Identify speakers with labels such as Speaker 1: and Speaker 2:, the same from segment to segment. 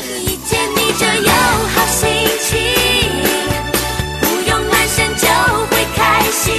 Speaker 1: 遇见你就有好心情，不用暖身就会开心，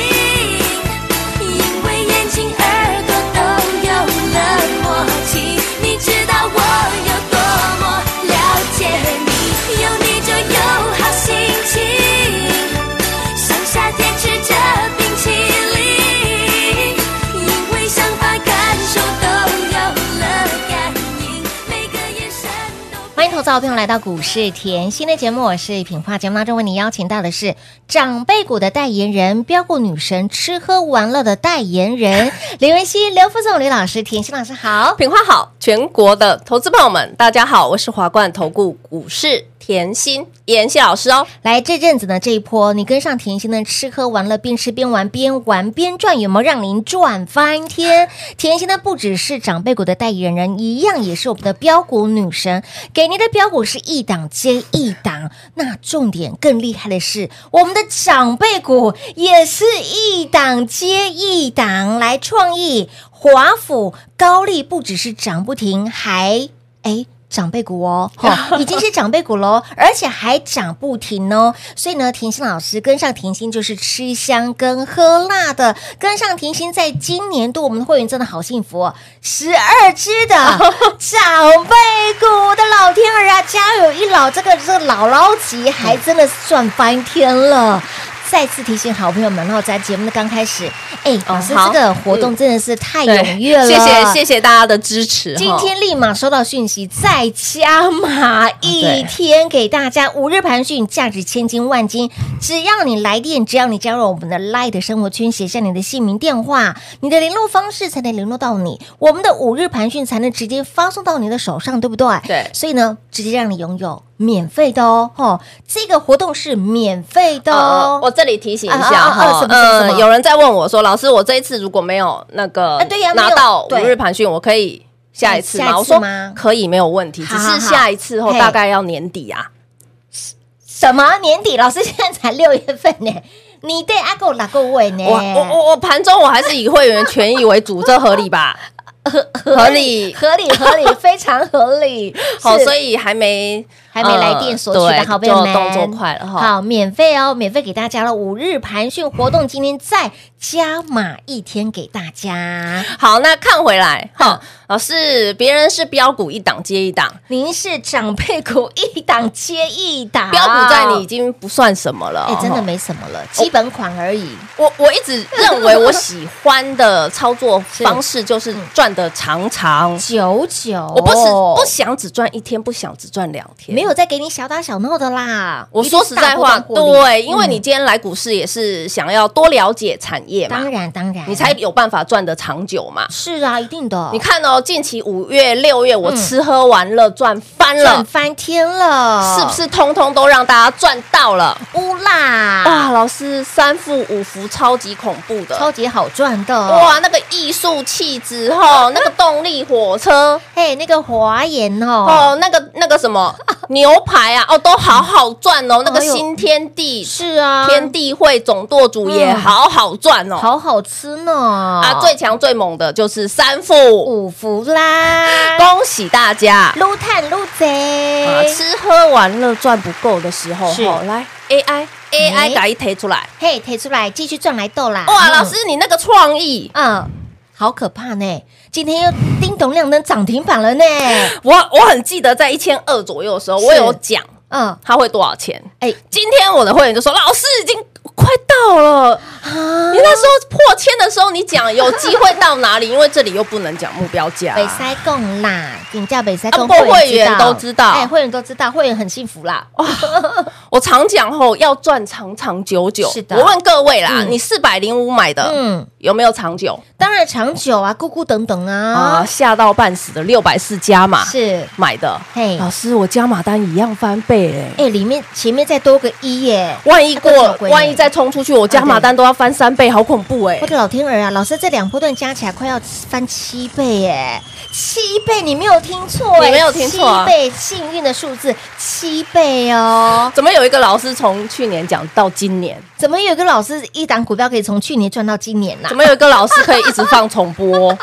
Speaker 1: 因为眼睛耳朵都有了默契，你知道我有多么了解你，有你就有好心情，像夏天吃着冰淇淋，因为想法感受都有了感应，每个眼神都。
Speaker 2: 欢迎投资好朋友来到股市甜心的节目，我是品化。节目当中为您邀请到的是长辈股的代言人、标股女神、吃喝玩乐的代言人刘文熙、刘副总、刘老师、甜心老师好。
Speaker 3: 品花好，全国的投资朋友们，大家好，我是华冠投顾股市甜心妍希老师哦。
Speaker 2: 来，这阵子呢，这一波你跟上甜心的吃喝玩乐，边吃边玩，边玩边赚，有没有让您赚翻天？ 甜心呢，不只是长辈股的代言人，一样也是我们的标股女神，给您的标股是一档接一档。那重点更厉害的是，我们的长辈股也是一档接一档来创意。华府高丽不只是涨不停，还哎。长辈股 哦，哈，已经是长辈股喽，而且还涨不停哦。所以呢，甜心老师跟上甜心就是吃香跟喝辣的，跟上甜心，在今年度我们的会员真的好幸福哦，十二只 的长辈股，我的老天儿啊，家有一老，这个这个姥姥级还真的是赚翻天了。再次提醒好朋友们，然后在节目的刚开始，哎，老师
Speaker 3: 哦好嗯
Speaker 2: 这个活动真的是太
Speaker 3: 对
Speaker 2: 哎踊跃了，
Speaker 3: 谢谢谢谢大家的支持哦。
Speaker 2: 今天立马收到讯息，再
Speaker 3: 啊
Speaker 2: 加码一天给大家五日盘讯，价值千金万金。只要你来电，只要你加入我们的 Light 的生活圈，写下你的姓名、电话、你的联络方式，才能联络到你。我们的五日盘讯才能直接发送到你的手上，对不对？
Speaker 3: 对
Speaker 2: 所以呢，直接让你拥有免费的哦，哦，这个活动是免费的
Speaker 3: 呃
Speaker 2: 哦。
Speaker 3: 我这里提醒一
Speaker 2: 啊啊
Speaker 3: 下
Speaker 2: 啊啊
Speaker 3: 哈
Speaker 2: 什，么什么什
Speaker 3: 呃，
Speaker 2: 么
Speaker 3: 有人在问我说，老师，我这一次如果没有那个
Speaker 2: 啊对呀没有
Speaker 3: 拿到五
Speaker 2: 对哎
Speaker 3: 日盘讯，我可以下一次
Speaker 2: 下一次
Speaker 3: 吗？我说
Speaker 2: 吗
Speaker 3: 可以，没有问题，
Speaker 2: 好
Speaker 3: 只
Speaker 2: 好好
Speaker 3: 是下一次后
Speaker 2: 嘿
Speaker 3: 大概要年底啊。
Speaker 2: 什么年底？老师现在才六月份呢，你对阿狗哪个位呢？
Speaker 3: 我我我我盘中我还是以会员权益为主，这合 理吧？合理，
Speaker 2: 合理合理，非常合理。
Speaker 3: 好，所
Speaker 2: 以
Speaker 3: 以还没
Speaker 2: 还没来电索取的好朋友们，
Speaker 3: 对就动作快了哈。
Speaker 2: 好，免费哦，免费给大家了五日盘讯活动，今天再加码一天给大家。
Speaker 3: 好，那看回来哈，老师，别人是标股一档接一档，
Speaker 2: 您是长辈股一档接一档，
Speaker 3: 标股在你已。哦经不算什么了。
Speaker 2: 哎，真的
Speaker 3: 哈，
Speaker 2: 没什么了，基本款而已。
Speaker 3: 我我一直认为我喜欢的操作方式就是
Speaker 2: 嗯
Speaker 3: 赚的长长，
Speaker 2: 九九，哦
Speaker 3: 我不是不想只赚一天，不想只赚两天，
Speaker 2: 没有再给你小打小闹的啦。
Speaker 3: 我
Speaker 2: 一定
Speaker 3: 说
Speaker 2: 是
Speaker 3: 实在话，
Speaker 2: 大波段获利
Speaker 3: 对，因为你
Speaker 2: 嗯
Speaker 3: 今天来股市也是想要多了解产业嘛
Speaker 2: 当，然当然，
Speaker 3: 你才有办法赚得长久嘛。
Speaker 2: 是啊，一定的。
Speaker 3: 你看哦，近期五月、六月，我吃喝玩乐赚翻
Speaker 2: 嗯赚
Speaker 3: 了，
Speaker 2: 翻天了，
Speaker 3: 是不是通通都让大家赚到了？
Speaker 2: 乌啦？
Speaker 3: 哇，啊老师，三副五福超级恐怖
Speaker 2: 超
Speaker 3: 的，
Speaker 2: 级好赚的。哇，
Speaker 3: 哇，那个艺术气质 吼，那个动力火车
Speaker 2: 嘿，那个华研哦，
Speaker 3: 哦，那个那个什 么牛排啊，哦，都好好赚哦，那个
Speaker 2: 哎呦
Speaker 3: 新天地。
Speaker 2: 是啊，
Speaker 3: 天地会总舵主也
Speaker 2: 嗯
Speaker 3: 好好赚哦，
Speaker 2: 好好吃呢
Speaker 3: 啊，最强最猛的就是三副，
Speaker 2: 五福啦，
Speaker 3: 恭喜大家！
Speaker 2: 撸碳撸
Speaker 3: 啊，
Speaker 2: 贼，
Speaker 3: 哦吃喝玩乐赚不够的时候，
Speaker 2: 哎是
Speaker 3: 吼来 AI AI 给它一推出来，
Speaker 2: 嘿，提出来继续赚来斗啦。
Speaker 3: 哇，
Speaker 2: 嗯
Speaker 3: 老，师你那个创意，
Speaker 2: 嗯，好可怕呢！今天又叮咚亮灯涨停板 了呢。
Speaker 3: 我我很记得在一千二左右的时候，
Speaker 2: 是
Speaker 3: 我有讲
Speaker 2: 嗯，
Speaker 3: 它会多少钱。
Speaker 2: 哎
Speaker 3: 今天我的会员就说，老师已经快到了，
Speaker 2: 啊
Speaker 3: 你，那时候破千的时候，你讲有机会到哪里？因为这里又不能讲目标 价啊，
Speaker 2: 北塞贡啦，顶价北塞
Speaker 3: 啊
Speaker 2: 贡，
Speaker 3: 不过会员都知道哦
Speaker 2: 哎，会员都知道，会员很幸福啦。
Speaker 3: 我常讲吼，要赚长长久久。
Speaker 2: 是的
Speaker 3: 我问各位啦，
Speaker 2: 嗯
Speaker 3: 你四百零五买的，
Speaker 2: 嗯，
Speaker 3: 有没有长久
Speaker 2: 当然长久啊，咕咕等等
Speaker 3: 啊？
Speaker 2: 啊，
Speaker 3: 吓到半死的六百四加码
Speaker 2: 是，
Speaker 3: 买的，
Speaker 2: 嘿，
Speaker 3: 老师，我加码单一样翻倍嘞、
Speaker 2: 哎，里面前面再多个一耶，
Speaker 3: 万一过
Speaker 2: 那多少，贵啊呢
Speaker 3: 万一再冲出去，我加码单都要翻三倍，好恐怖哎、
Speaker 2: 我的老天儿啊，老师这两波段加起来快要翻七倍耶，七倍你没有听错耶，
Speaker 3: 你没有听错啊
Speaker 2: 七倍幸运的数字，七倍哦。
Speaker 3: 怎么有一个老师从去年讲到今年？
Speaker 2: 怎么有一个老师一档股票可以从去年赚到今年呐、
Speaker 3: 怎么有一个老师可以一直放重播？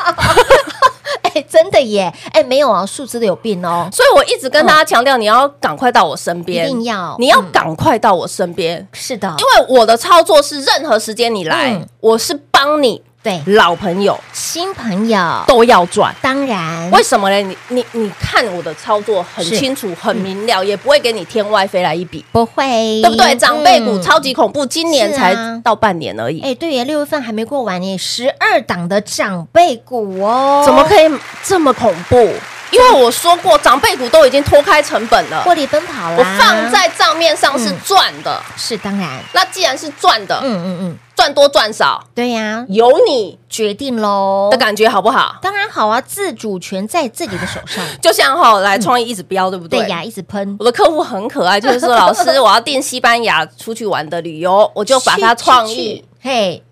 Speaker 2: 哎，真的耶！哎，没有啊，数字都有变哦。
Speaker 3: 所以我一直跟大家强调，你要赶快到我身边，
Speaker 2: 一定要
Speaker 3: 你要
Speaker 2: 嗯
Speaker 3: 赶快到我身边，
Speaker 2: 是的，
Speaker 3: 因为我的操作是任何时间你来，
Speaker 2: 嗯
Speaker 3: 我是帮你
Speaker 2: 对
Speaker 3: 老朋友
Speaker 2: 新朋友，
Speaker 3: 都要赚。
Speaker 2: 当然
Speaker 3: 为什么呢？你你你看我的操作很
Speaker 2: 是
Speaker 3: 清楚、很明
Speaker 2: 嗯
Speaker 3: 了，也不会给你天外飞来一笔，
Speaker 2: 不会，
Speaker 3: 对不对？长辈股
Speaker 2: 嗯
Speaker 3: 超级恐怖，今年
Speaker 2: 是
Speaker 3: 才
Speaker 2: 啊
Speaker 3: 到半年而已，
Speaker 2: 哎，对耶，六月份还没过完耶，十二档的长辈股哦，
Speaker 3: 怎么可以这么恐怖？因为我说过，长辈股都已经脱开成本了，
Speaker 2: 获利奔跑啦？
Speaker 3: 我啊放在账面上是
Speaker 2: 嗯
Speaker 3: 赚的。
Speaker 2: 是当然，
Speaker 3: 那既然是赚的，
Speaker 2: 嗯嗯嗯，
Speaker 3: 赚多赚少
Speaker 2: 对呀、
Speaker 3: 有你
Speaker 2: 决定喽
Speaker 3: 的。感觉好不好？
Speaker 2: 当然好啊，自主权在自己的手上。
Speaker 3: 就像哈、来创意一直飙，对 不对？
Speaker 2: 对呀，一直喷
Speaker 3: 我的客户很可爱，就是说老 师，我要订西班牙出去玩的旅游，我就把它
Speaker 2: 去
Speaker 3: 创
Speaker 2: 去
Speaker 3: 意
Speaker 2: 去嘿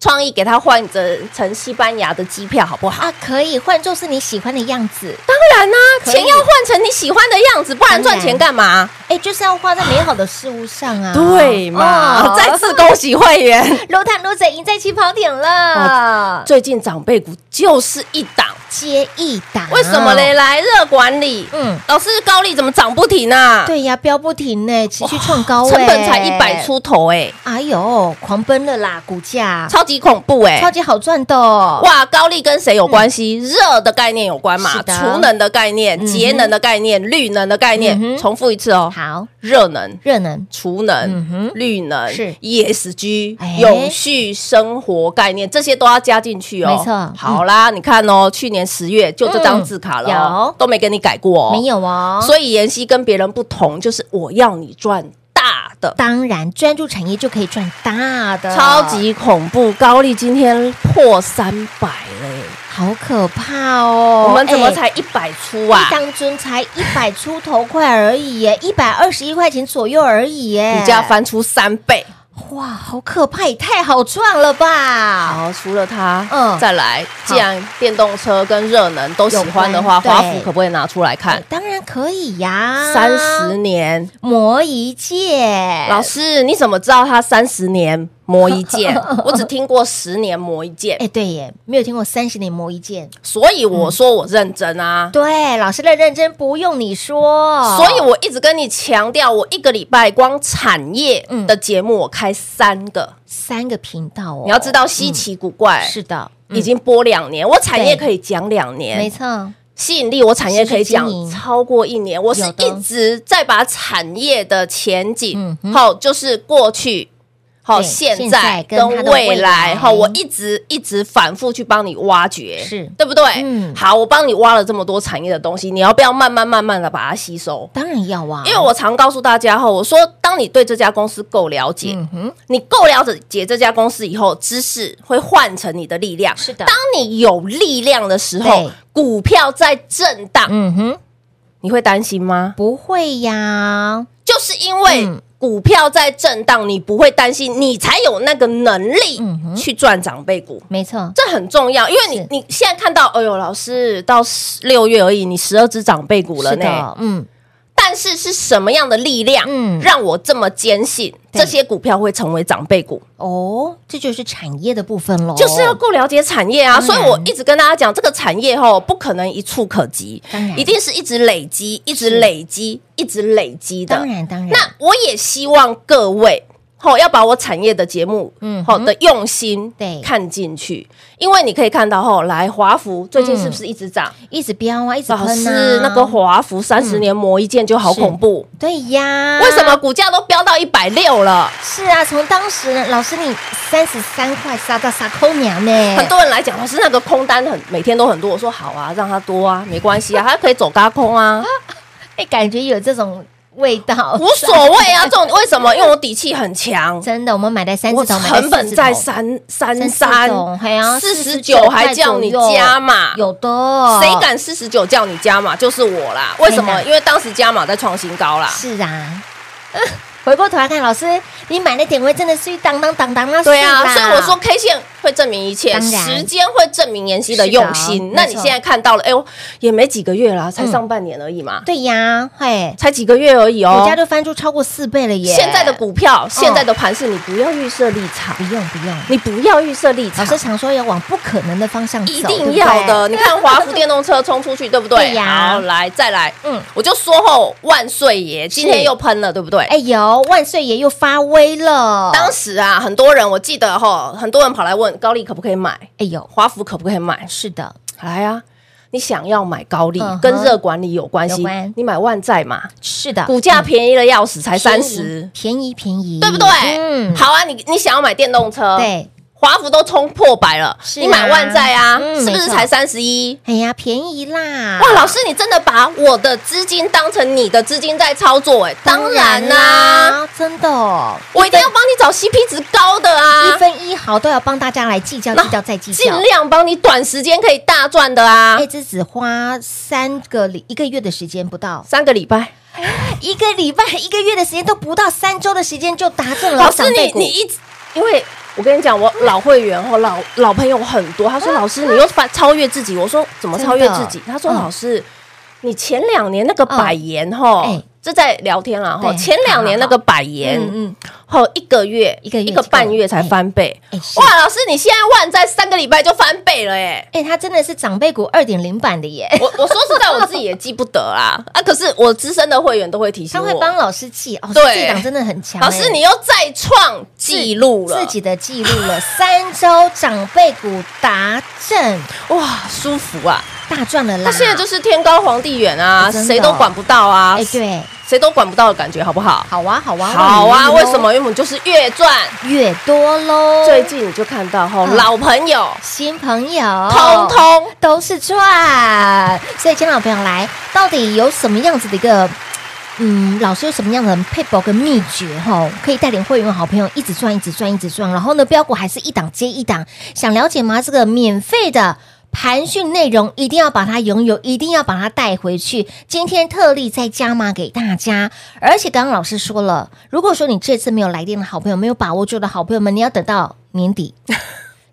Speaker 3: 创意给它换成成西班牙的机票，好不好？
Speaker 2: 啊，可以换作是你喜欢的样子。
Speaker 3: 当然啦、
Speaker 2: 可以
Speaker 3: 钱要换成你喜欢的样子，不然赚钱干嘛？
Speaker 2: 哎，就是要花在美好的事物上啊。
Speaker 3: 对嘛？
Speaker 2: 哦
Speaker 3: 再次恭喜会员，
Speaker 2: 罗坦罗仔赢在起跑点了，
Speaker 3: 最近长辈股就是一档，
Speaker 2: 接一打，
Speaker 3: 为什么嘞？？来热管理，
Speaker 2: 啊嗯，
Speaker 3: 老师高利怎么涨不停啊？
Speaker 2: 对哦呀，飙不停呢，持续创高，
Speaker 3: 成本才一百，出头哎、
Speaker 2: 哎呦，狂奔了啦，股价
Speaker 3: 超级恐怖哎、
Speaker 2: 啊超级好赚的哦，
Speaker 3: 哇，高利跟谁有关系？热的概念有关嘛？
Speaker 2: 是的嗯
Speaker 3: 储能的概念、
Speaker 2: 哼
Speaker 3: 节能的概念、绿能的概
Speaker 2: 嗯
Speaker 3: 念，
Speaker 2: 哼
Speaker 3: 重复一次哦。
Speaker 2: 好
Speaker 3: 热能、
Speaker 2: 热能，
Speaker 3: 储能
Speaker 2: 嗯、哼
Speaker 3: 绿能、
Speaker 2: 是
Speaker 3: ESG、
Speaker 2: 哎
Speaker 3: 永续生活概念，这些都要加进去哦。
Speaker 2: 没错
Speaker 3: 好啦，你看哦，去年十月就这张字卡了
Speaker 2: 嗯
Speaker 3: 哦，
Speaker 2: 有
Speaker 3: 都没给你改过哦。
Speaker 2: 没有哦，
Speaker 3: 所以妍希跟别人不同，就是我要你赚大的。
Speaker 2: 当然专注产业就可以赚大的，
Speaker 3: 超级恐怖！高利今天破三百嘞，
Speaker 2: 好可怕哦，
Speaker 3: 我们怎么
Speaker 2: 哎？
Speaker 3: 才一百出啊
Speaker 2: 一？当尊才一百出头块而已耶，一百二十一块钱左右而已耶，
Speaker 3: 股价翻出三倍。
Speaker 2: 哇，好可怕，也太好赚了吧！
Speaker 3: 好，除了它，嗯，
Speaker 2: 嗯
Speaker 3: 再来，既然电动车跟热能都喜欢的话，
Speaker 2: 有关
Speaker 3: 华
Speaker 2: 对啊
Speaker 3: 府可不可以拿出来看？
Speaker 2: 当然可以呀，
Speaker 3: 三十年，
Speaker 2: 磨一剑，
Speaker 3: 老师，你怎么知道它三十年磨 一剑？我只听过十年磨一剑，
Speaker 2: 哎，嗯对耶，没有听过三十年磨一剑。
Speaker 3: 所以我说我认真啊。
Speaker 2: 对，老师的认真不用你说，
Speaker 3: 所以我一直跟你强调，我一个礼拜光产业
Speaker 2: 嗯
Speaker 3: 的节目我开三个，
Speaker 2: 三个频道哦，
Speaker 3: 你要知道稀奇哎古怪，
Speaker 2: 嗯是的，
Speaker 3: 已经播两年，我产业
Speaker 2: 对
Speaker 3: 可以讲两
Speaker 2: 没
Speaker 3: 年，
Speaker 2: 错，
Speaker 3: 吸引力我产业可以讲
Speaker 2: 持续经营
Speaker 3: 超过一年，我是
Speaker 2: 有的
Speaker 3: 一直在把产业的前景
Speaker 2: 嗯，哼
Speaker 3: 好就是过去。好，
Speaker 2: 对
Speaker 3: 现
Speaker 2: 现
Speaker 3: 在
Speaker 2: 在
Speaker 3: 跟
Speaker 2: 跟它的
Speaker 3: 未
Speaker 2: 未
Speaker 3: 来，
Speaker 2: 来
Speaker 3: 好，我一直一直反复去帮你挖掘，
Speaker 2: 是
Speaker 3: 对不对？
Speaker 2: 嗯
Speaker 3: 好，我帮你挖了这么多产业的东西，你要不要慢慢慢慢的把它吸收？
Speaker 2: 当然要啊，
Speaker 3: 因为我常告诉大家哈，我说当你对这家公司够了解，
Speaker 2: 嗯哼，
Speaker 3: 你够了解这家公司以后，知识会换成你的力量。
Speaker 2: 是的
Speaker 3: 当你有力量的时候
Speaker 2: 对，
Speaker 3: 股票在震荡，
Speaker 2: 嗯哼，
Speaker 3: 你会担心吗？
Speaker 2: 不会呀，
Speaker 3: 就是因为
Speaker 2: 嗯
Speaker 3: 股票在震荡，你不会担心，你才有那个能力
Speaker 2: 嗯哼
Speaker 3: 去赚长辈股。
Speaker 2: 没错，
Speaker 3: 这很重要，因为你
Speaker 2: 是
Speaker 3: 你现在看到，哎呦，老师到十六月而已，你十二只长辈股了
Speaker 2: 是
Speaker 3: 呢。
Speaker 2: 的，嗯，
Speaker 3: 但是是什么样的力量，
Speaker 2: 嗯
Speaker 3: 让我这么坚信
Speaker 2: 对
Speaker 3: 这些股票会成为长辈股？
Speaker 2: 哦，这就是产业的部分喽，
Speaker 3: 就是要够了解产业啊，
Speaker 2: 当然
Speaker 3: 所以我一直跟大家讲，这个产业吼不可能一触可及
Speaker 2: 当，然
Speaker 3: 一定是一直累积、一直累积、一直累积的
Speaker 2: 当。然当然，
Speaker 3: 那我也希望各位吼要把我产业的节目，嗯，
Speaker 2: 嗯
Speaker 3: 吼的用心
Speaker 2: 对
Speaker 3: 看进去，因为你可以看到吼，来华孚最近是不是一直涨？
Speaker 2: 嗯一直飙啊，一直
Speaker 3: 老
Speaker 2: 喷啊，
Speaker 3: 师，那个华孚三十年磨一剑就好
Speaker 2: 是
Speaker 3: 恐怖，
Speaker 2: 对呀，
Speaker 3: 为什么？股价都飙到一百六了？
Speaker 2: 是啊，从当时老师你三十三块杀到杀扣娘呢，
Speaker 3: 很多人来讲，老师那个空单很每天都很多，我说好啊，让它多啊，没关系啊，它可以走高空啊，
Speaker 2: 哎，感觉有这种味道
Speaker 3: 无所谓啊。这种为什么？因为我底气很强，
Speaker 2: 真的，我们买在三
Speaker 3: 我
Speaker 2: 字头，买在
Speaker 3: 成本
Speaker 2: 40
Speaker 3: 在
Speaker 2: 头
Speaker 3: 三三
Speaker 2: 三
Speaker 3: 三
Speaker 2: 种，还要
Speaker 3: 四十九，还叫你加码，
Speaker 2: 有的
Speaker 3: 谁？敢四十九叫你加码？就是我啦。为什
Speaker 2: 天
Speaker 3: 么？
Speaker 2: 哪
Speaker 3: 因为当时加码在创新高啦。
Speaker 2: 是啊， 回过头来看，老师，你买的点位真的是当当当当啊！
Speaker 3: 对啊，
Speaker 2: 是
Speaker 3: 所
Speaker 2: 啦
Speaker 3: 以我说 K 线会证明一切，
Speaker 2: 当然
Speaker 3: 时间会证明妍希的用
Speaker 2: 是
Speaker 3: 心
Speaker 2: 的。
Speaker 3: 那
Speaker 2: 没
Speaker 3: 你
Speaker 2: 错
Speaker 3: 现在看到了，哎呦，也没几个月啦，才
Speaker 2: 嗯
Speaker 3: 上半年而已嘛，
Speaker 2: 对呀，嘿，
Speaker 3: 才几个月而已
Speaker 2: 股
Speaker 3: 哦
Speaker 2: 价。都翻出超过四倍了耶！嗯
Speaker 3: 现在的股票，现在的盘势，你不要预设立场
Speaker 2: 不，用不用，
Speaker 3: 你不要预设立
Speaker 2: 老
Speaker 3: 场，
Speaker 2: 师常说要往不可能的方向走，
Speaker 3: 一定要的。
Speaker 2: 对不对
Speaker 3: 你看华孚电动车冲出去，对不对？
Speaker 2: 对呀
Speaker 3: 好，来再来，
Speaker 2: 嗯
Speaker 3: 嗯，我就说后万岁爷，今天又喷了，对不对？
Speaker 2: 哎呦，万岁爷又发威了！
Speaker 3: 当时啊，很多人我记得哈，很多人跑来问高丽可不可以买，
Speaker 2: 哎呦，
Speaker 3: 华孚可不可以买？
Speaker 2: 是的，
Speaker 3: 来啊，你想要买高利
Speaker 2: 嗯哼，
Speaker 3: 跟热管理有关系
Speaker 2: 有关，啊
Speaker 3: 你买万债嘛，
Speaker 2: 是的，嗯
Speaker 3: 股价便宜了要死，才三十，
Speaker 2: 便宜便宜，
Speaker 3: 对不对？
Speaker 2: 嗯，
Speaker 3: 好啊，你你想要买电动车，，
Speaker 2: 对，
Speaker 3: 华孚都冲破百了，
Speaker 2: 是啊
Speaker 3: 你买万债啊，
Speaker 2: 嗯
Speaker 3: 是不
Speaker 2: 没
Speaker 3: 是
Speaker 2: 错啊
Speaker 3: 才三十一？
Speaker 2: 哎呀，便宜啦！
Speaker 3: 哇，老师，你真的把我的资金当成你的资金在操作哎、当
Speaker 2: 啊
Speaker 3: 然啦、
Speaker 2: 啦，真的哦，
Speaker 3: 我一定要帮你找 CP 值高的
Speaker 2: 一
Speaker 3: 啊，
Speaker 2: 分一毫都要帮大家来计较，
Speaker 3: 那
Speaker 2: 计较再计
Speaker 3: 尽
Speaker 2: 较。
Speaker 3: 量帮你短时间可以大赚的啊
Speaker 2: 哎，，这只花三个礼一个月的时间不到，
Speaker 3: 三个礼拜。
Speaker 2: 一个礼拜一个月的时间都不到，三周的时间就达中了
Speaker 3: 老师
Speaker 2: 长，辈
Speaker 3: 你
Speaker 2: 股
Speaker 3: 你一直，因为我跟你讲，我老会员和老老朋友很多，他说老师你又翻超越自己，我说怎么超越自己
Speaker 2: 啊真？的
Speaker 3: 他说
Speaker 2: 嗯
Speaker 3: 老师，你前两年那个百言哈
Speaker 2: 哎，
Speaker 3: 这在聊天了哈，
Speaker 2: 对
Speaker 3: 前两年那个百言，
Speaker 2: 嗯
Speaker 3: 后一个月
Speaker 2: 一个月
Speaker 3: 一个半月才翻倍。
Speaker 2: 哎是
Speaker 3: 哇，老师，你现在万在三个礼拜就翻倍了哎！
Speaker 2: 哎，它真的是长辈股二点零版的耶，
Speaker 3: 我我说实在，我自己也记不得啦啊！可是我资深的会员都会提醒
Speaker 2: 他
Speaker 3: 我，
Speaker 2: 会帮老师记哦，
Speaker 3: 对
Speaker 2: 这档真的很强哎。
Speaker 3: 老师你又再创记录了，
Speaker 2: 自己的记录了， 三周长辈股达阵，
Speaker 3: 哇舒服啊！
Speaker 2: 大赚了啦！
Speaker 3: 他现在就是天高皇帝远啊，
Speaker 2: 哎真的
Speaker 3: 谁都管不到啊，
Speaker 2: 哎，对，
Speaker 3: 谁都管不到的感觉，好不好？
Speaker 2: 好啊，好啊，
Speaker 3: 好啊，
Speaker 2: 我
Speaker 3: 为
Speaker 2: 们
Speaker 3: 什么？因为我们就是越赚，
Speaker 2: 越多喽？
Speaker 3: 最近你就看到吼，
Speaker 2: 嗯哦
Speaker 3: 老朋友
Speaker 2: 新朋友，
Speaker 3: 通通
Speaker 2: 都是赚。所以，亲老朋友来，到底有什么样子的一个？嗯，老师有什么样的配宝跟秘诀哈，可以带领会员好朋友一直赚、一直赚、一直赚。然后呢，标股还是一档接一档。想了解吗？这个免费的盘讯内容一定要把它拥有，一定要把它带回去。今天特例再加码给大家，而且刚刚老师说了，如果说你这次没有来电的好朋友，没有把握住的好朋友们，你要等到年底。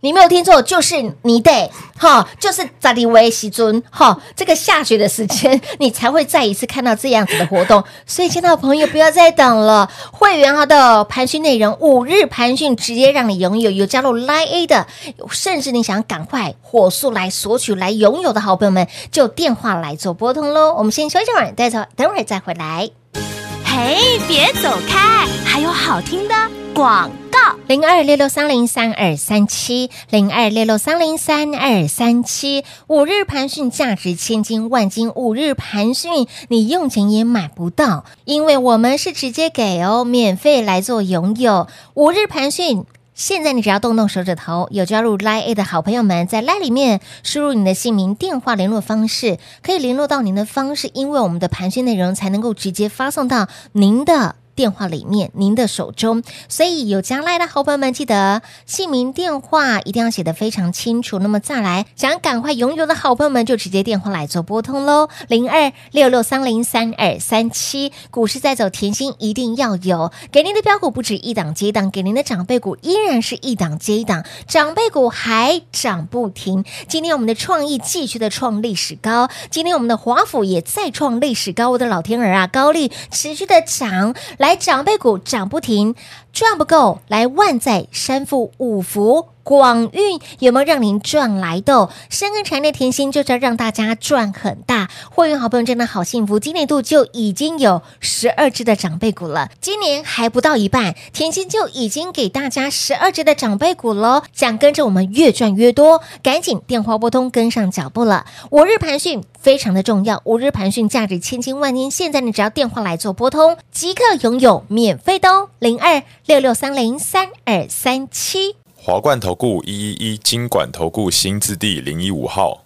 Speaker 2: 你没有听错，就是你得哈，就是在你维西尊哈，这个下雪的时间， 你才会再一次看到这样子的活动。 所以，亲爱的朋友，不要再等了。会员哈的盘讯内容，五日盘讯直接让你拥有。有加入 Line A 的，甚至你想赶快火速来索取、来拥有的好朋友们，就电话来做拨通喽。我们先休息会儿，待会等会儿再回来。
Speaker 4: 嘿，别走开，还有好听的广告。
Speaker 2: 零二六六三零三二三七，零二六六三零三二三七。五日盘讯价值千金万金，五日盘讯你用钱也买不到，因为我们是直接给哦，免费来做拥有。五日盘讯。现在你只要动动手指头，有加入 Line A 的好朋友们，在 Line 里面输入你的姓名、电话、联络方式，可以联络到您的方式，因为我们的盘讯内容才能够直接发送到您的。电话里面，您的手中，所以有加来的好朋友们，记得姓名、电话一定要写得非常清楚。那么再来，想赶快拥有的好朋友们，就直接电话来做拨通喽，零二六六三零三二三七。股市在走，甜心一定要有，给您的标股不止一档接一档，给您的长辈股依然是一档接一档，长辈股还涨不停。今天我们的创意继续的创历史高，今天我们的华府也再创历史高。我的老天儿啊，高利持续的涨，来长辈股涨不停，赚不够，来万载山富五福。广运有没有让您赚来的哦？深耕产业甜心就是要让大家赚很大。会员好朋友真的好幸福，今年度就已经有十二只的长辈股了，今年还不到一半，甜心就已经给大家十二只的长辈股喽。想跟着我们越赚越多，赶紧电话拨通，跟上脚步了。五日盘讯非常的重要，五日盘讯价值千金万金，现在你只要电话来做拨通，即刻拥有免费的哦，零二六六三零三二三七。
Speaker 5: 华冠投顾一一一金管投顾新字第零一五号，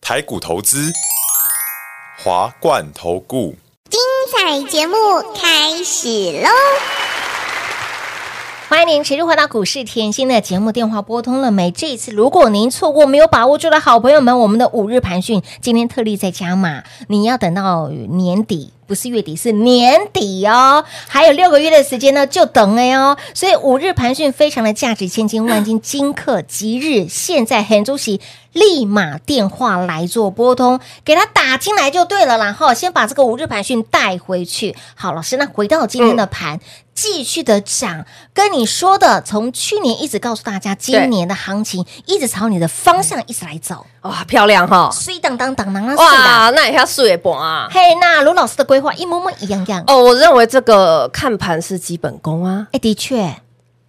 Speaker 5: 台股投资，华冠投顾。
Speaker 6: 精彩彩节目开始喽！
Speaker 2: 欢迎您持续回到股市甜心的节目，电话拨通了没？这一次如果您错过没有把握住的好朋友们，我们的五日盘讯今天特例在加码，你要等到呃年底。不是月底，是年底哦，还有六个月的时间呢，就等哎哦。所以五日盘讯非常的价值千金万金，金客即日，现在很主席立马电话来做拨通，给他打进来就对了啦。哈，先把这个五日盘讯带回去。好，老师，那回到今天的盘，继续的涨，跟你说的，从去年一直告诉大家，今年的行情一直朝你的方向一直来走，
Speaker 3: 哇，漂亮哈！
Speaker 2: 碎当当当当当碎的。
Speaker 3: 哦哇，那一下树也崩啊！
Speaker 2: 嘿，那卢老师的规划一模模一样样。
Speaker 3: 哦，我认为这个看盘是基本功啊，
Speaker 2: 哎，的确，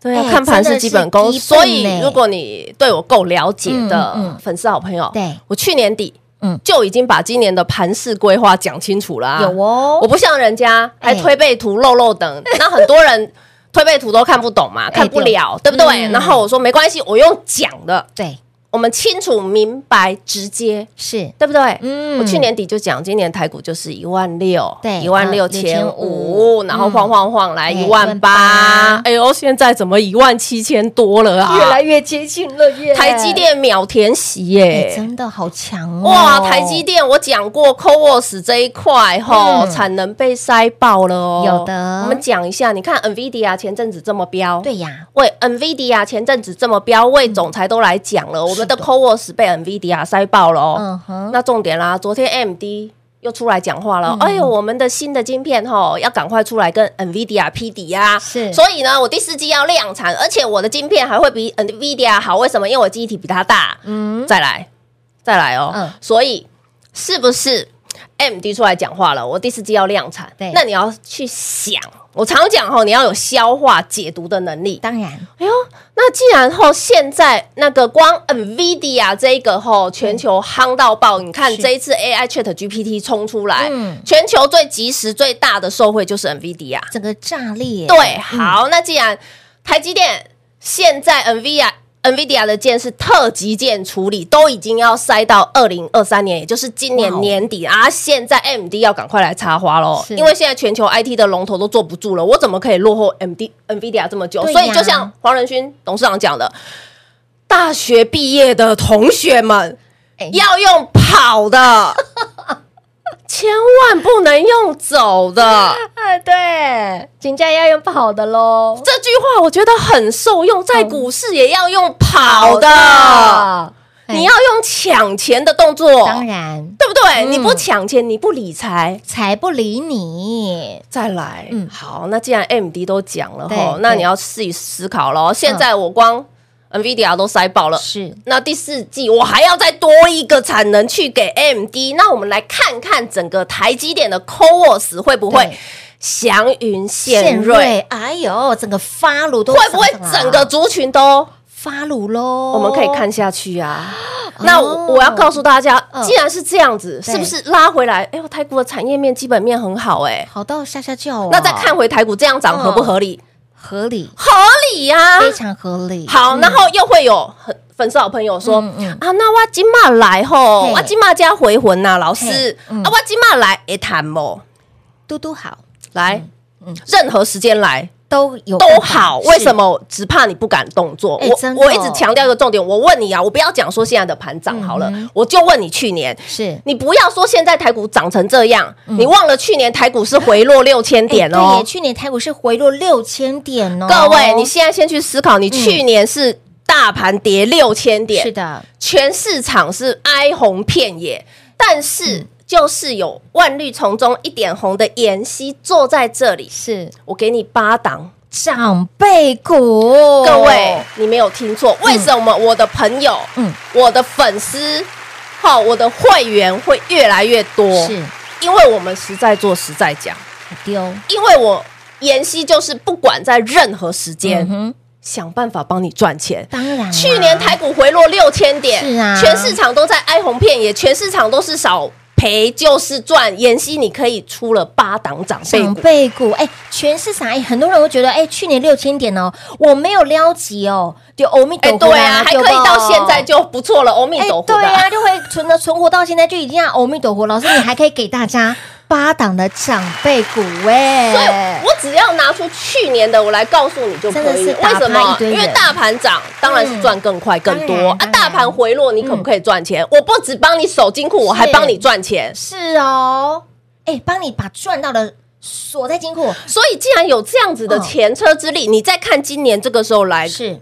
Speaker 3: 对啊，
Speaker 2: 哎
Speaker 3: 看盘是基本功。
Speaker 2: 真的是基本
Speaker 3: 所
Speaker 2: 嘞
Speaker 3: 以，如果你对我够了解
Speaker 2: 嗯
Speaker 3: 的
Speaker 2: 嗯
Speaker 3: 粉丝好朋友，
Speaker 2: 对
Speaker 3: 我去年底，
Speaker 2: 嗯
Speaker 3: 嗯，就已经把今年的盘势规划讲清楚了、啊。
Speaker 2: 有哦
Speaker 3: 我不像人家
Speaker 2: 哎
Speaker 3: 还推背图、漏 漏等，那很多人推背图都看不懂嘛，看不了，对不对？
Speaker 2: 哎嗯
Speaker 3: 然后我说没关系，我用讲的，
Speaker 2: 对，
Speaker 3: 我们清楚、明白、直接。
Speaker 2: 是
Speaker 3: 对不对？
Speaker 2: 嗯
Speaker 3: 我去年底就讲，今年台股就是一万六，
Speaker 2: 对啊
Speaker 3: 一万六千五，
Speaker 2: 嗯
Speaker 3: 然后晃晃晃来
Speaker 2: 对
Speaker 3: 一万八
Speaker 2: 18,000，
Speaker 3: 哎呦，现在怎么一万七千多了啊？
Speaker 2: 越接近了耶
Speaker 3: 台积，电秒填息
Speaker 2: 哎，
Speaker 3: 耶！
Speaker 2: 真的好强哦！
Speaker 3: 哇，台积电我讲过 c o w o s 这一块吼，
Speaker 2: 嗯
Speaker 3: 产能被塞爆了哦。
Speaker 2: 有的
Speaker 3: 我们讲一下，你看 NVIDIA 前阵子这么飙，
Speaker 2: 对嗯呀，
Speaker 3: 为 NVIDIA 前阵子这么飙，魏总裁都来讲了，我们的 c o w o s 被 NVIDIA 塞爆了哦。
Speaker 2: 嗯嗯哼，
Speaker 3: 那重点啦，昨天 AMD 又出来讲话了，哎呦，我们的新的晶片吼，要赶快出来跟 NVIDIA 匹敌呀。
Speaker 2: 是
Speaker 3: 所以呢，我第四季要量产，而且我的晶片还会比 NVIDIA 好，为什么？因为我记忆体比它大。
Speaker 2: 嗯，
Speaker 3: 再来，再来哦。
Speaker 2: 嗯
Speaker 3: 所以是不是 AMD 出来讲话了？我第四季要量产
Speaker 2: 对，
Speaker 3: 那你要去想，我常讲吼，你要有消化解读的能力。
Speaker 2: 当然，
Speaker 3: 哎呦，那既然吼现在那个光呃 NVIDIA 这一个吼全球夯到爆，你看
Speaker 2: 是
Speaker 3: 这一次 AI Chat GPT 冲出来，
Speaker 2: 嗯
Speaker 3: 全球最及时最大的受惠就是 NVIDIA。
Speaker 2: 整个炸裂，
Speaker 3: 对，好，那既然台积电现在 NVIDIA。NVIDIA 的件是特级件处理，都已经要塞到二零二三年，也就是
Speaker 2: 哇哦
Speaker 3: 今年年底啊。现在 AMD 要赶快来插花喽，
Speaker 2: 是
Speaker 3: 因为现在全球 IT 的龙头都坐不住了，我怎么可以落后 MD NVIDIA 这么久？
Speaker 2: 对呀
Speaker 3: 所以就像黄仁勋董事长讲的，大学毕业的同学们
Speaker 2: 哎
Speaker 3: 要用 跑的，千万不能用走的。
Speaker 2: 啊，对，请假要用跑的喽，
Speaker 3: 这句话我觉得很受用，在股市也要用跑的，
Speaker 2: 哎
Speaker 3: 你要用抢钱的动作，
Speaker 2: 当然
Speaker 3: 对不对？
Speaker 2: 嗯
Speaker 3: 你不抢钱，你不理财。
Speaker 2: 才不理你，
Speaker 3: 再来，
Speaker 2: 嗯
Speaker 3: 好，那既然 M D 都讲了
Speaker 2: 对
Speaker 3: 吼，
Speaker 2: 对
Speaker 3: 那你要自己思考喽。现在我光 Nvidia 都塞爆了，
Speaker 2: 是
Speaker 3: 那第四季我还要再多一个产能去给 AMD，那我们来看看整个台积电的 CoWoS 会不会
Speaker 2: 对
Speaker 3: 祥云献瑞，，
Speaker 2: 哎呦，整个发炉都
Speaker 3: 会不会
Speaker 2: 上上来
Speaker 3: 整个族群都
Speaker 2: 发炉喽？
Speaker 3: 我们可以看下去啊。那我我要告诉大家
Speaker 2: 哦嗯，
Speaker 3: 既然是这样子，
Speaker 2: 对
Speaker 3: 是不是拉回来？哎呦，台股的产业面基本面很好哎，
Speaker 2: 好到下下叫哦，
Speaker 3: 那再看回台股这样涨合不合理？
Speaker 2: 合理，
Speaker 3: 合理啊呀。
Speaker 2: 嗯非常合理，
Speaker 3: 好，然后又会有很粉丝好朋友说
Speaker 2: 嗯嗯
Speaker 3: 啊，那我今嘛来吼
Speaker 2: 嘿，
Speaker 3: 我今嘛加回魂呐，老师
Speaker 2: 嘿嗯
Speaker 3: 啊，我今嘛来会谈哦，
Speaker 2: 嘟嘟好
Speaker 3: 来，任何时间来
Speaker 2: 嗯都有
Speaker 3: 都好，为什
Speaker 2: 么？
Speaker 3: 么只怕你不敢动作？
Speaker 2: 哎
Speaker 3: 我
Speaker 2: 真的哦
Speaker 3: 我一直强调一个重点，我问你啊，我不要讲说现在的盘涨好了，我就问你去年。
Speaker 2: 嗯是嗯
Speaker 3: 你不要说现在台股涨成这样，你忘了去年台股是回落六千点
Speaker 2: 哎对耶
Speaker 3: 哦。
Speaker 2: 去年台股是回落六千点哦。
Speaker 3: 各位，你现在先去思考，你去年是大盘跌六千
Speaker 2: 嗯
Speaker 3: 点，
Speaker 2: 是的，
Speaker 3: 全市场是哀鸿遍野，但是
Speaker 2: 嗯
Speaker 3: 就是有万绿丛中一点红的妍希坐在这里，
Speaker 2: 是
Speaker 3: 我给你八档
Speaker 2: 长辈股，
Speaker 3: 各位，你没有听错，为什么我的朋友、
Speaker 2: 嗯
Speaker 3: 嗯，我的粉丝，好，我的会员会越来越多？
Speaker 2: 是
Speaker 3: 因为我们实在做，实在讲，
Speaker 2: 不丢，
Speaker 3: 因为我妍希就是不管在任何时间、
Speaker 2: 嗯哼，
Speaker 3: 想办法帮你赚钱。
Speaker 2: 当然啦，
Speaker 3: 去年台股回落六千点，
Speaker 2: 是啊
Speaker 3: 全市场都在哀鸿遍野，全市场都是少赔就是赚。妍希，你可以出了八档长辈
Speaker 2: 长
Speaker 3: 股，
Speaker 2: 辈股，哎，全市场哎，很多人会觉得，哎，去年六千点哦，我没有撩起哦，就欧米
Speaker 3: 哎、
Speaker 2: 斗
Speaker 3: 对啊，还可以到现在
Speaker 2: 就。
Speaker 3: 就不错了，欧米
Speaker 2: 哎
Speaker 3: 走，
Speaker 2: 对
Speaker 3: 的。啊
Speaker 2: 啊，就会存的存活到现在就已经要阿弥陀佛。老师，你还可以给大家八档的长辈股哎、
Speaker 3: 所以我只要拿出去年的，我来告诉你就可
Speaker 2: 真的
Speaker 3: 以
Speaker 2: 是
Speaker 3: 了。
Speaker 2: 打
Speaker 3: 为
Speaker 2: 趴
Speaker 3: 什
Speaker 2: 一
Speaker 3: 么？
Speaker 2: 堆
Speaker 3: 因为
Speaker 2: 人嗯
Speaker 3: 大盘涨，当然是赚更快更
Speaker 2: 当
Speaker 3: 多
Speaker 2: 然
Speaker 3: 啊。
Speaker 2: 当
Speaker 3: 大
Speaker 2: 然
Speaker 3: 盘回落，你可不可以赚钱？我不只帮你守金库，我还
Speaker 2: 嗯是
Speaker 3: 帮你赚钱。
Speaker 2: 是哦，哎、帮你把赚到的锁在金库，
Speaker 3: 所以，既然有这样子的
Speaker 2: 嗯
Speaker 3: 前车之力，你再看今年这个时候来
Speaker 2: 是，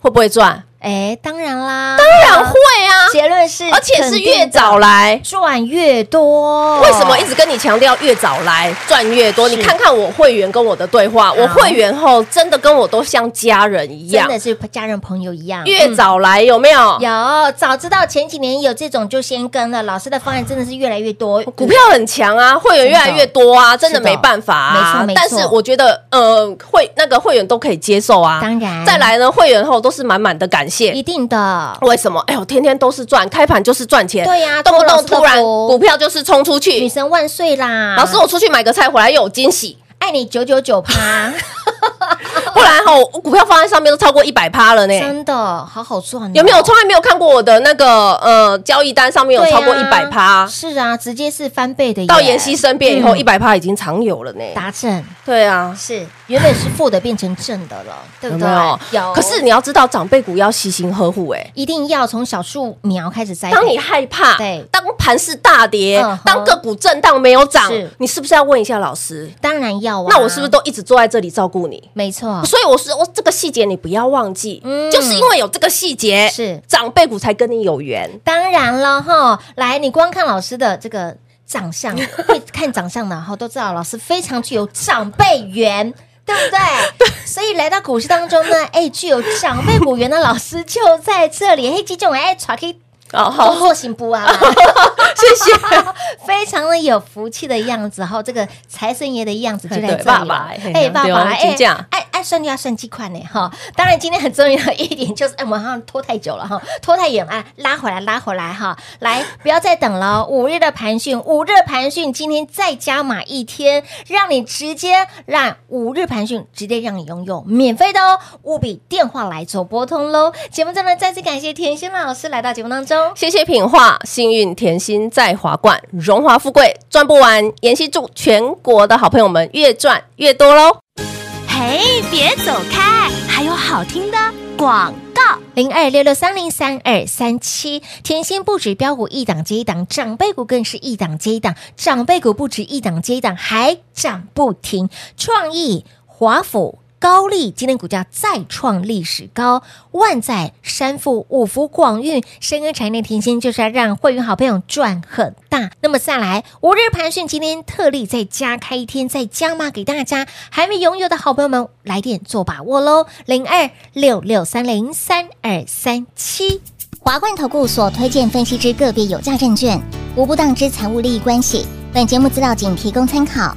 Speaker 3: 会不会赚？
Speaker 2: 哎、当然啦，当
Speaker 3: 当然会 啊，
Speaker 2: 结论是，
Speaker 3: 而且是越早来。
Speaker 2: 赚越多，
Speaker 3: 为什么一直跟你强调越早来赚越多？
Speaker 2: 是
Speaker 3: 你看看我会员跟我的对话，我会员后真的跟我都像家人一
Speaker 2: 真
Speaker 3: 样，
Speaker 2: 的是家人朋友一样，嗯
Speaker 3: 越早来有没有？
Speaker 2: 有早知道前几年有这种就先跟了，老师的方案真的是越来越多，
Speaker 3: 哦股票很强啊，会员越来越多啊，真的没办法啊。
Speaker 2: 没错没错
Speaker 3: 但是我觉得，呃，会那个会员都可以接受啊。
Speaker 2: 当然
Speaker 3: 再来呢，会员后都是满满的感
Speaker 2: 一
Speaker 3: 谢。
Speaker 2: 定的，
Speaker 3: 为什么？哎呦，天天都是赚，开盘就是赚钱，
Speaker 2: 对呀
Speaker 3: 动不
Speaker 2: 托老
Speaker 3: 动
Speaker 2: 师的
Speaker 3: 突然
Speaker 2: 福
Speaker 3: 股票就是冲出
Speaker 2: 女啊
Speaker 3: 去。
Speaker 2: 神万岁啦！
Speaker 3: 老师，我出去买个菜回来又有惊喜，
Speaker 2: 爱你九九九 趴，
Speaker 3: 不然哈，我股票放在上面都超过一百趴了呢。
Speaker 2: 真的好好赚哦，
Speaker 3: 有没有？我从来没有看过我的那个呃交易单上面有
Speaker 2: 对啊
Speaker 3: 超过一百趴，
Speaker 2: 是啊，直接是翻倍的耶。
Speaker 3: 到妍希身边以后，
Speaker 2: 嗯
Speaker 3: 一百趴已经常有了呢。
Speaker 2: 达正
Speaker 3: 对啊，
Speaker 2: 是原本是负的变成正的了，对
Speaker 3: 有
Speaker 2: 不
Speaker 3: 没
Speaker 2: 对？
Speaker 3: 有？
Speaker 2: 有。
Speaker 3: 啊可是你要知道，长辈股要细心呵护。哎，
Speaker 2: 一定要从小树苗开始栽培。
Speaker 3: 当你害怕，
Speaker 2: 对
Speaker 3: 当盘势大跌
Speaker 2: 嗯哼，
Speaker 3: 当个股震荡没有涨
Speaker 2: 是，
Speaker 3: 你是不是要问一下老师？
Speaker 2: 当然要啊。
Speaker 3: 那我是不是都一直坐在这里照顾你？
Speaker 2: 没错？
Speaker 3: 所以我是我这个细节你不要忘记
Speaker 2: 哦嗯，
Speaker 3: 就是因为有这个细节，
Speaker 2: 是
Speaker 3: 长辈股才跟你有缘。
Speaker 2: 当然了哈。来，你光看老师的这个长 相，会看长相的哈，都知道老师非常具有长辈缘。对 不对？所以来到股市当中呢，哎，具有长辈股缘的老师就在这里。嘿，这种哎，传可以
Speaker 3: 哦，
Speaker 2: 工
Speaker 3: 好，
Speaker 2: 作型不啊，
Speaker 3: 谢谢。
Speaker 2: 非常的有福气的样子，然后这个财神爷的样子就在这里了。
Speaker 3: 哎对爸爸哎
Speaker 2: 哎，爸
Speaker 3: 对
Speaker 2: 爸，
Speaker 3: 啊
Speaker 2: 哎
Speaker 3: 就这样，
Speaker 2: 爱爱算就要算几款呢哈。当然，今天很重要的一点就是，哎，我们好像拖太久了哈，拖太远啊，拉回来，拉回来哈，来，不要再等了。哦五日的盘讯，五日的盘讯，今天再加码一天，让你直接让五日盘讯直接让你拥有，免费的哦，务必电话来做拨通喽。节目中呢，再次感谢甜心老师来到节目当中。
Speaker 3: 谢谢品画，幸运甜心在华冠，荣华富贵赚不完。妍希祝全国的好朋友们越赚越多喽！
Speaker 4: 嘿，别走开，还有好听的广告。
Speaker 2: 零二六六三零三二三七，甜心不止标股一档接一档，长辈股更是一档接一档，长辈股不止一档接一档，还涨不停。创意、华府、高丽今天股价再创历史高，万载、山富、五福、广运、深耕产业链甜心就是要让会员好朋友赚很大。那么再来，五日盘讯今天特例再加开一天，再加码给大家，还没拥有的好朋友们来电做把握喽，零二六六三零三二三七。
Speaker 6: 华冠投顾所推荐分析之个别有价证券，无不当之财务利益关系。本节目资料仅提供参考，